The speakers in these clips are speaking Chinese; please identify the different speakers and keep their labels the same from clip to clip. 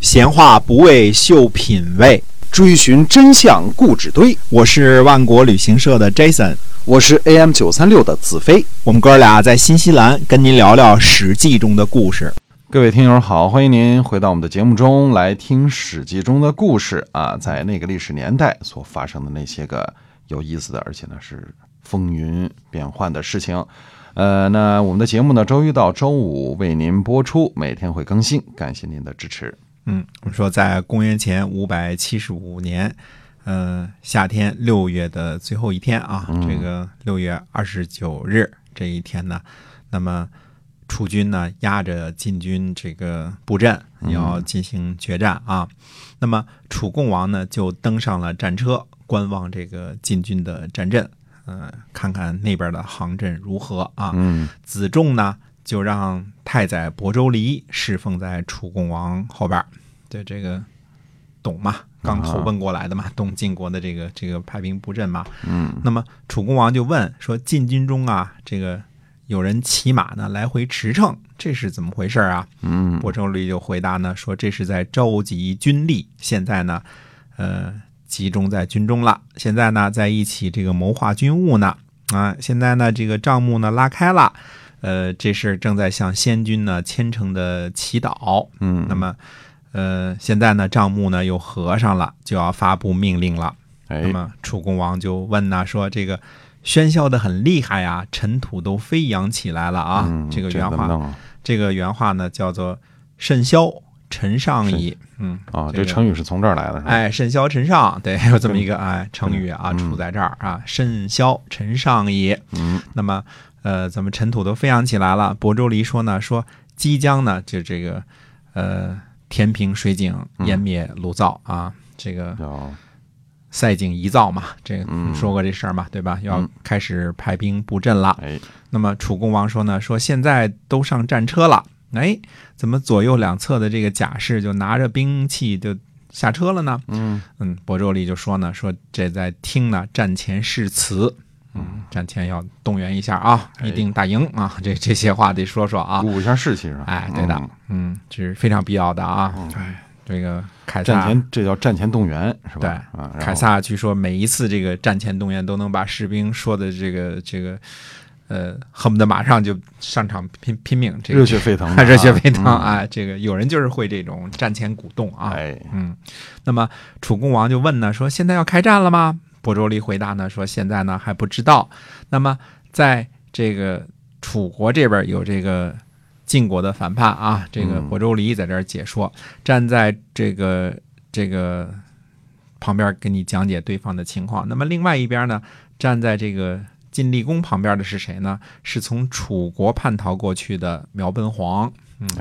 Speaker 1: 闲话不为秀品味，
Speaker 2: 追寻真相故纸堆。
Speaker 1: 我是万国旅行社的 Jason，
Speaker 2: 我是 AM 九三六的子飞。
Speaker 1: 我们哥俩在新西兰跟您聊聊《史记》中的故事。
Speaker 2: 各位听友好，欢迎您回到我们的节目中来听《史记》中的故事啊，在那个历史年代所发生的那些个有意思的，而且呢是风云变幻的事情。呃，那我们的节目呢，周一到周五为您播出，每天会更新，感谢您的支持。
Speaker 1: 嗯，我们说在公元前五百七十五年，呃，夏天六月的最后一天啊，这个六月二十九日这一天呢，那么楚军呢压着晋军这个布阵，要进行决战啊。那么楚共王呢就登上了战车，观望这个晋军的战阵，嗯、看看那边的行阵如何啊。
Speaker 2: 嗯
Speaker 1: 子仲呢，就让太宰亳州离侍奉在楚共王后边儿。对这个懂嘛？
Speaker 2: 啊
Speaker 1: 刚投奔过来的嘛， 懂晋国的这个这个派兵布阵嘛。
Speaker 2: 嗯
Speaker 1: 那么楚共王就问说：“晋军中啊，这个有人骑马呢，来回驰骋，这是怎么回事啊？”
Speaker 2: 嗯
Speaker 1: 亳州离就回答呢，说这是在召集军力，现在呢，呃，集中在军中了。现在呢，在一起这个谋划军务呢，啊，现在呢，这个账目呢拉开了，呃，这事儿正在向先君呢虔诚的祈祷。
Speaker 2: 嗯，
Speaker 1: 那么，呃，现在呢，账目呢又合上了，就要发布命令了。那
Speaker 2: 哎，
Speaker 1: 么楚共王就问呐，说这个喧嚣的很厉害呀，尘土都飞扬起来了啊。
Speaker 2: 嗯
Speaker 1: 这个
Speaker 2: 怎
Speaker 1: 原
Speaker 2: 么
Speaker 1: 话
Speaker 2: 弄啊
Speaker 1: 这个原话呢叫做“甚嚣尘上矣”，嗯，
Speaker 2: 啊，
Speaker 1: 这
Speaker 2: 这
Speaker 1: 个
Speaker 2: 成语是从这儿来的，是吧？
Speaker 1: 哎，甚嚣尘上，对，有这么一个哎成语啊，
Speaker 2: 嗯
Speaker 1: 处在这儿啊，甚嚣尘上矣。
Speaker 2: 嗯
Speaker 1: 那么，呃，咱们尘土都飞扬起来了。亳州离说呢，说即将呢，就这个，呃，填平水井，
Speaker 2: 嗯
Speaker 1: 湮灭炉灶啊，这个
Speaker 2: 叫
Speaker 1: 塞井遗灶嘛，这个
Speaker 2: 嗯
Speaker 1: 说过这事儿嘛，对吧？要
Speaker 2: 嗯
Speaker 1: 开始派兵布阵了。
Speaker 2: 哎，
Speaker 1: 那么楚共王说呢，说现在都上战车了，哎，怎么左右两侧的这个甲士就拿着兵器就下车了呢？
Speaker 2: 嗯
Speaker 1: 嗯，亳州离就说呢，说这在听呢战前誓词，嗯，战前要动员一下啊，
Speaker 2: 哎嗯
Speaker 1: 一定打赢啊，这这些话得说说啊，
Speaker 2: 鼓舞一下士气是吧？
Speaker 1: 哎，对的
Speaker 2: 嗯，
Speaker 1: 嗯，这是非常必要的啊，
Speaker 2: 嗯
Speaker 1: 这个凯
Speaker 2: 战
Speaker 1: 撒。
Speaker 2: 前这叫战前动员是吧？
Speaker 1: 对
Speaker 2: 啊，然
Speaker 1: 凯
Speaker 2: 后
Speaker 1: 撒据说每一次这个战前动员都能把士兵说的这个这个，呃，恨不得马上就上场拼拼命，这个
Speaker 2: 热血沸腾的啊，
Speaker 1: 热血沸腾
Speaker 2: 嗯！
Speaker 1: 啊！这个有人就是会这种战前鼓动啊。
Speaker 2: 哎，
Speaker 1: 嗯，那么楚共王就问呢，说现在要开战了吗？亳州离回答呢，说现在呢还不知道。那么在这个楚国这边有这个晋国的反叛啊，这个
Speaker 2: 嗯
Speaker 1: 亳州离在这儿解说，站在这个这个旁边给你讲解对方的情况。那么另外一边呢，站在这个晋厉公旁边的是谁呢？是从楚国叛逃过去的苗贲黄。
Speaker 2: 哎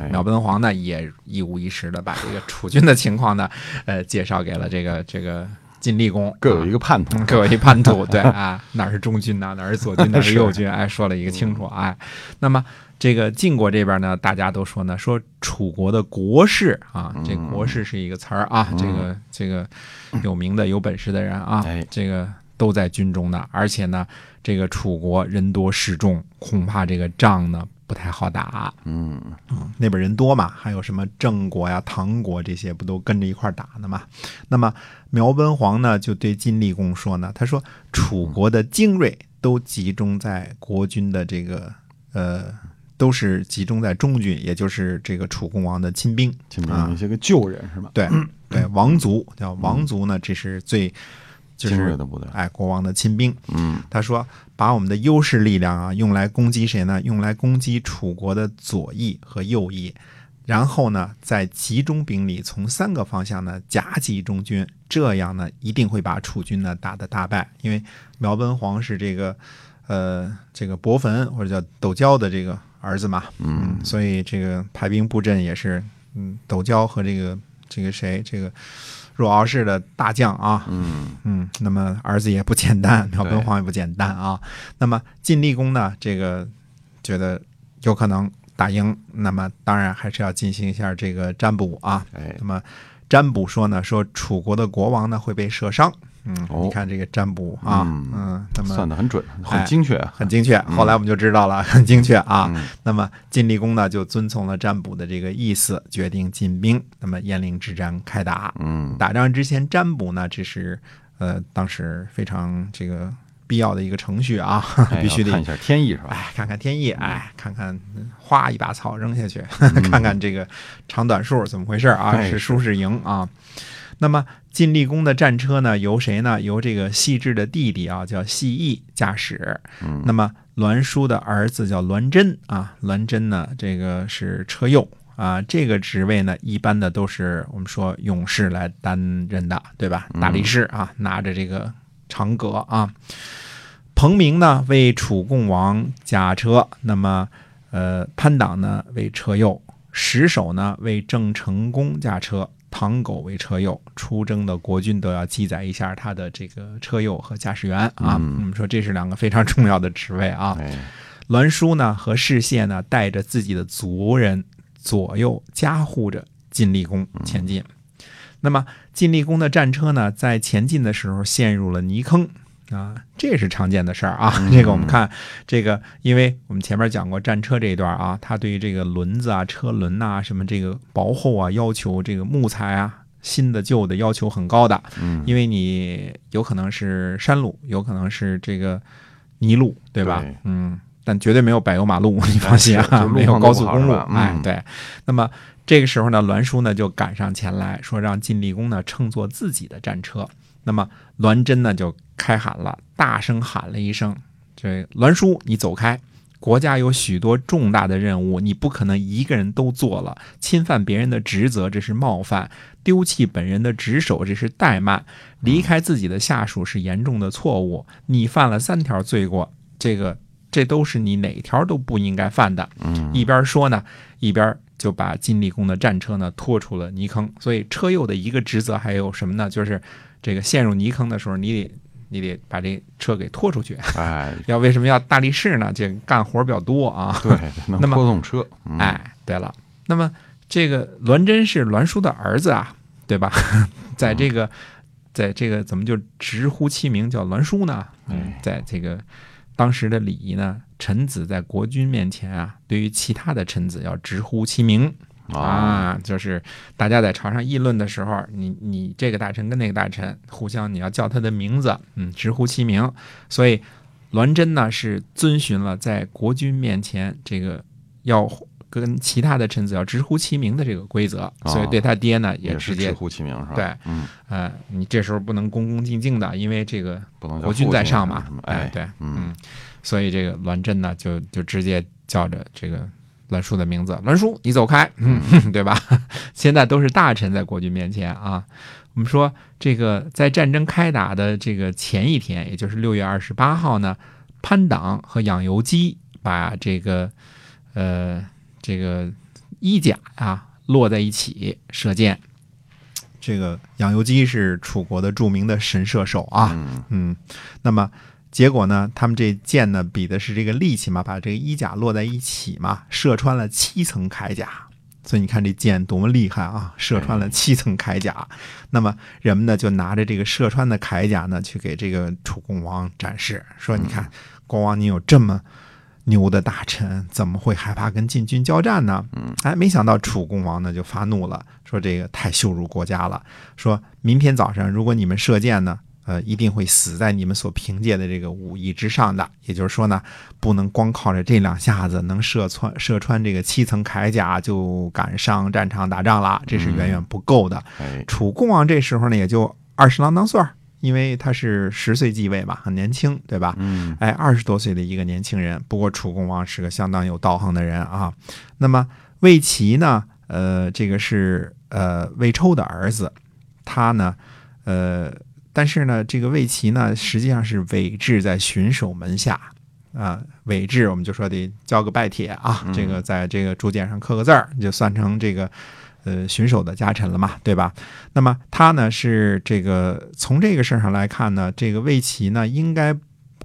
Speaker 1: 嗯，苗贲黄呢也一五一十的把这个楚军的情况呢，呃，介绍给了这个这个晋厉公。
Speaker 2: 各有一
Speaker 1: 个、
Speaker 2: 个盼头
Speaker 1: 嗯，，各有一叛徒，对啊，哪是中军呐、哪是左军，哪是
Speaker 2: 是嗯
Speaker 1: 右军？哎，说了一个清楚，哎，那么。这个晋国这边呢，大家都说呢，说楚国的国士啊，这
Speaker 2: 嗯
Speaker 1: 国士是一个词儿啊，这个这个有名的、有本事的人啊，
Speaker 2: 哎
Speaker 1: 这个都在军中呢。而且呢，这个楚国人多势众，恐怕这个仗呢不太好打。
Speaker 2: 嗯，
Speaker 1: 那边人多嘛，还有什么郑国呀、唐国这些，不都跟着一块儿打呢嘛？那么苗文皇呢，就对晋厉公说呢，他说楚国的精锐都集中在国军的这个呃，都是集中在中军，也就是这个楚共王的亲兵。
Speaker 2: 秦
Speaker 1: 啊
Speaker 2: 明一些个旧人是吧？
Speaker 1: 对对，王族叫王族呢，这是最就
Speaker 2: 精锐
Speaker 1: 是
Speaker 2: 的部队，
Speaker 1: 哎国王的亲兵。
Speaker 2: 嗯
Speaker 1: 他说把我们的优势力量啊用来攻击谁呢？用来攻击楚国的左翼和右翼，然后呢再集中兵力从三个方向呢夹击中军，这样呢一定会把楚军呢打得大败。因为苗文皇是这个呃这个伯坟或者叫斗椒的这个儿子嘛，
Speaker 2: 嗯，
Speaker 1: 所以这个排兵布阵也是嗯斗椒和这个这个谁这个若敖氏的大将啊，
Speaker 2: 嗯，
Speaker 1: 嗯，那么儿子也不简单，苗
Speaker 2: 对
Speaker 1: 文皇也不简单啊。那么晋厉公呢，这个觉得有可能打赢，那么当然还是要进行一下这个占卜啊。
Speaker 2: 哎
Speaker 1: 那么占卜说呢，说楚国的国王呢会被射伤，嗯，
Speaker 2: 哦
Speaker 1: 你看这个占卜啊，
Speaker 2: 嗯
Speaker 1: 嗯，那么
Speaker 2: 算嗯的很准，很
Speaker 1: 哎
Speaker 2: 精确。啊
Speaker 1: 很精确。后来我们就知道了，很精确啊。
Speaker 2: 嗯
Speaker 1: 那么晋厉公呢，就遵从了占卜的这个意思，决定进兵。那么鄢陵之战开打。
Speaker 2: 嗯，
Speaker 1: 打仗之前占卜呢，这是呃当时非常这个必要的一个程序啊，
Speaker 2: 哎
Speaker 1: 必须
Speaker 2: 要看
Speaker 1: 得
Speaker 2: 一下天意是吧？
Speaker 1: 哎看看天意，哎看看嗯花一把草扔下去， 看看这个长短数怎么回事啊，
Speaker 2: 哎
Speaker 1: 是输是赢啊。那么晋厉公的战车呢，由谁呢？由这个细致的弟弟啊，叫细义驾驶。那么栾书的儿子叫栾真啊，栾真呢，这个是车右啊，这个职位呢，一般的都是我们说勇士来担任的，对吧？大力士啊，拿着这个长戈啊。彭明呢为楚共王驾车，那么呃潘党呢为车右，石首呢为郑成功驾车，唐狗为车右。出征的国君都要记载一下他的这个车右和驾驶员啊。我们说这是两个非常重要的职位啊。
Speaker 2: 哎，
Speaker 1: 栾书呢和士燮呢带着自己的族人左右加护着晋厉公
Speaker 2: 嗯
Speaker 1: 前进。那么晋厉公的战车呢，在前进的时候陷入了泥坑啊，这是常见的事儿啊。
Speaker 2: 嗯
Speaker 1: 这个我们看这个，因为我们前面讲过战车这一段啊，它对于这个轮子啊、车轮呐、什么这个薄厚啊要求，这个木材啊。新的旧的要求很高的，
Speaker 2: 嗯
Speaker 1: 因为你有可能是山路，有可能是这个泥路，对吧？
Speaker 2: 对
Speaker 1: 嗯，但绝对没有柏油马路， 你放心
Speaker 2: 哎是
Speaker 1: 啊，
Speaker 2: 就路况
Speaker 1: 没有高速公
Speaker 2: 都
Speaker 1: 路
Speaker 2: 不好是。吧
Speaker 1: 哎
Speaker 2: 嗯，
Speaker 1: 对。那么这个时候呢，栾书呢就赶上前来说，让晋厉公呢乘坐自己的战车。那么栾真呢就开喊了，大声喊了一声：“这栾书，你走开！国家有许多重大的任务，你不可能一个人都做了。侵犯别人的职责，这是冒犯；丢弃本人的职守，这是怠慢；离开自己的下属是严重的错误。你犯了三条罪过，这个这都是你哪条都不应该犯的。”一边说呢，一边就把晋厉公的战车呢拖出了泥坑。所以车右的一个职责还有什么呢？就是这个陷入泥坑的时候，你得你得把这车给拖出去。
Speaker 2: 哎，
Speaker 1: 要为什么要大力士呢？这个干活比较多啊。
Speaker 2: 对，能
Speaker 1: 那么
Speaker 2: 拖动车，嗯，
Speaker 1: 哎，对了，那么这个栾真是栾书的儿子啊，对吧？ 在这个，在这个怎么就直呼其名叫栾书呢？嗯，在这个当时的礼仪呢，臣子在国君面前啊，对于其他的臣子要直呼其名。
Speaker 2: 啊，
Speaker 1: 啊，就是大家在朝上议论的时候，你你这个大臣跟那个大臣互相你要叫他的名字，嗯，直呼其名。所以栾真呢是遵循了在国君面前这个要跟其他的臣子要直呼其名的这个规则，所以对他爹呢
Speaker 2: 啊也
Speaker 1: 直
Speaker 2: 是
Speaker 1: 接
Speaker 2: 直呼其名是吧？
Speaker 1: 对，
Speaker 2: 嗯，
Speaker 1: 呃，你这时候不能恭恭敬敬的，因为这个
Speaker 2: 不能叫
Speaker 1: 国君
Speaker 2: 父
Speaker 1: 在
Speaker 2: 亲
Speaker 1: 上
Speaker 2: 什么
Speaker 1: 嘛
Speaker 2: 什么，
Speaker 1: 哎
Speaker 2: 哎，，
Speaker 1: 对，
Speaker 2: 嗯
Speaker 1: 嗯，所以这个栾真呢，就就直接叫着这个栾书的名字，栾书，你走开，嗯， 对吧？现在都是大臣在国君面前啊。我们说这个在战争开打的这个前一天，也就是六月二十八号呢，潘党和养由基把这个呃这个衣甲啊摞在一起射箭。这个养由基是楚国的著名的神射手啊，
Speaker 2: 嗯
Speaker 1: 嗯，那么结果呢，他们这箭呢比的是这个力气嘛，把这个衣甲摞在一起嘛，射穿了七层铠甲。所以你看这箭多么厉害啊！射穿了七层铠甲，那么人们呢就拿着这个射穿的铠甲呢，去给这个楚共王展示，说：“你看，国王，你有这么牛的大臣，怎么会害怕跟晋军交战呢？”嗯，哎，没想到楚共王呢就发怒了，说：“这个太羞辱国家了！说明天早上如果你们射箭呢，呃，一定会死在你们所凭借的这个武艺之上的。也就是说呢，不能光靠着这两下子能射穿射穿这个七层铠甲就赶上战场打仗了，这是远远不够的。
Speaker 2: 哎，
Speaker 1: 楚共王这时候呢也就二十郎当岁儿，因为他是十岁继位嘛，很年轻，对吧？
Speaker 2: 嗯，
Speaker 1: 哎，二十多岁的一个年轻人。不过楚共王是个相当有道行的人啊。那么魏齐呢，呃，这个是呃魏抽的儿子，他呢，呃，但是呢，这个魏齐呢，实际上是伪制在荀守门下。啊，伪制我们就说得交个拜帖啊，这个在这个竹简上刻个字儿，你就算成这个呃荀守的家臣了嘛，对吧？那么他呢是这个从这个事儿上来看呢，这个魏齐呢应该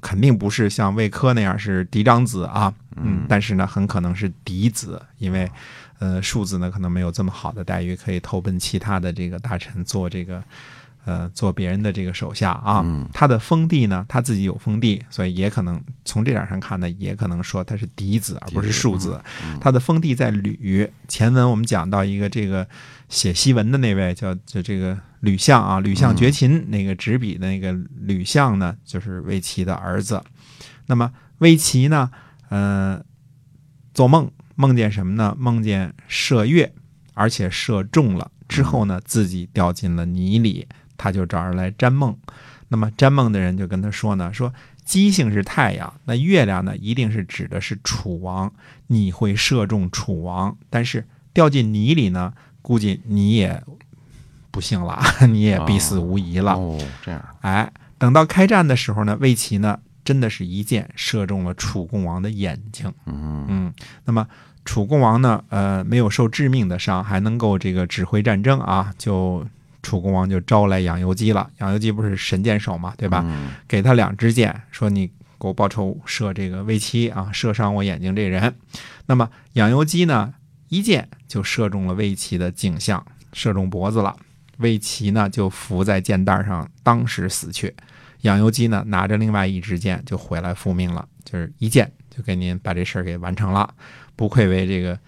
Speaker 1: 肯定不是像魏科那样是嫡长子啊，嗯，但是呢，很可能是嫡子，因为呃，庶子呢可能没有这么好的待遇，可以投奔其他的这个大臣做这个呃做别人的这个手下啊。
Speaker 2: 嗯
Speaker 1: 他的封地呢，他自己有封地，所以也可能从这点上看呢，也可能说他是嫡子而不是庶子。嗯他的封地在吕。前文我们讲到一个这个写檄文的那位叫就这个吕相啊，吕相绝秦那个执笔的那个吕相呢，就是魏齐的儿子。那么魏齐呢，呃，做梦梦见什么呢？梦见射月，而且射中了之后呢，自己掉进了泥里，他就找人来占梦。那么占梦的人就跟他说呢，说姬姓是太阳，那月亮呢一定是指的是楚王，你会射中楚王，但是掉进泥里呢，估计你也不幸了， 你也必死无疑了。
Speaker 2: 哦，这样，
Speaker 1: 哎，等到开战的时候呢，魏齐呢真的是一箭射中了楚共王的眼睛。
Speaker 2: 嗯
Speaker 1: 嗯，那么楚共王呢，呃，没有受致命的伤，还能够这个指挥战争啊，就楚共王就招来养由基了。养由基不是神箭手嘛，对吧？
Speaker 2: 嗯
Speaker 1: 给他两支箭，说你给我报仇，射这个魏七啊，射伤我眼睛这人。那么养由基呢，一箭就射中了魏齐的颈项，射中脖子了。魏齐呢就伏在箭袋上，当时死去。养由基呢拿着另外一支箭就回来复命了，就是一箭就给您把这事儿给完成了，不愧为这个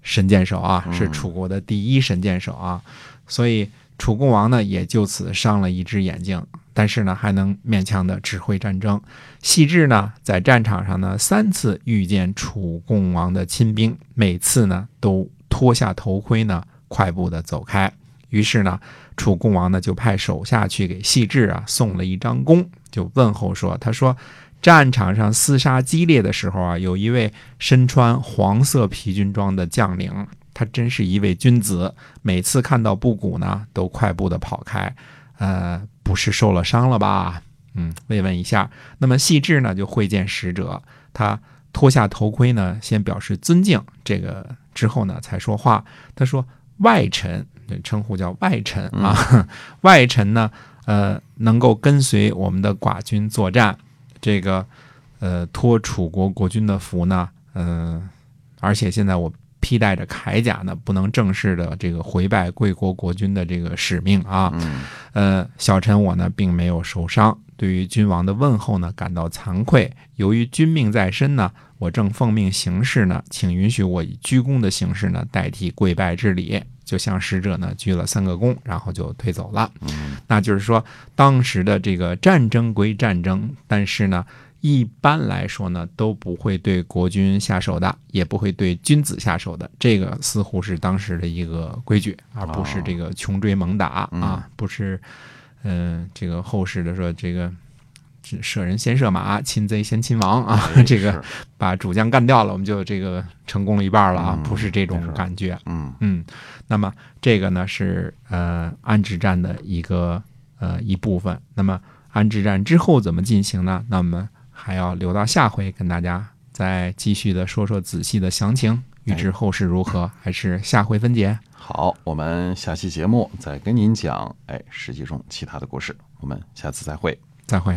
Speaker 1: 神箭手啊，是楚国的第一神箭手啊。所以楚共王呢也就此伤了一只眼睛，但是呢还能勉强的指挥战争。细致呢在战场上呢三次遇见楚共王的亲兵，每次呢都脱下头盔呢快步的走开。于是呢，楚共王呢就派手下去给细致啊送了一张弓，就问候说：“他说，战场上厮杀激烈的时候啊，有一位身穿黄色皮军装的将领，他真是一位君子。每次看到布谷呢，都快步的跑开。呃，不是受了伤了吧？嗯，慰问一下。那么细致呢就会见使者，他脱下头盔呢，先表示尊敬，这个之后呢才说话。他说：“外臣，这称呼叫外臣啊， 外臣呢，呃，能够跟随我们的寡君作战，这个呃，托楚国国君的福呢，嗯、而且现在我披戴着铠甲呢，不能正式的这个回拜贵国国君的这个使命啊。
Speaker 2: 嗯
Speaker 1: 呃，小臣我呢并没有受伤，对于君王的问候呢感到惭愧。由于君命在身呢，我正奉命行事呢，请允许我以鞠躬的形式呢代替跪拜之礼，就向使者呢鞠了三个躬，然后就退走了。
Speaker 2: 嗯
Speaker 1: 那就是说，当时的这个战争归战争，但是呢，一般来说呢，都不会对国君下手的，也不会对君子下手的。这个似乎是当时的一个规矩，而不是这个穷追猛打、啊，不是，嗯、这个后世的说这个。这射人先射马，擒贼先擒王啊！
Speaker 2: 哎
Speaker 1: 这个
Speaker 2: 是
Speaker 1: 把主将干掉了，我们就这个成功了一半了啊！
Speaker 2: 嗯
Speaker 1: 不是这
Speaker 2: 没
Speaker 1: 种
Speaker 2: 事
Speaker 1: 感觉，
Speaker 2: 嗯
Speaker 1: 嗯，那么这个呢是呃安置战的一个呃一部分。那么安置战之后怎么进行呢？那我们还要留到下回跟大家再继续的说说仔细的详情，
Speaker 2: 哎
Speaker 1: 预知后事如何，还是下回分解。
Speaker 2: 好，我们下期节目再跟您讲，哎，实际中其他的故事，我们下次再会。
Speaker 1: 再会。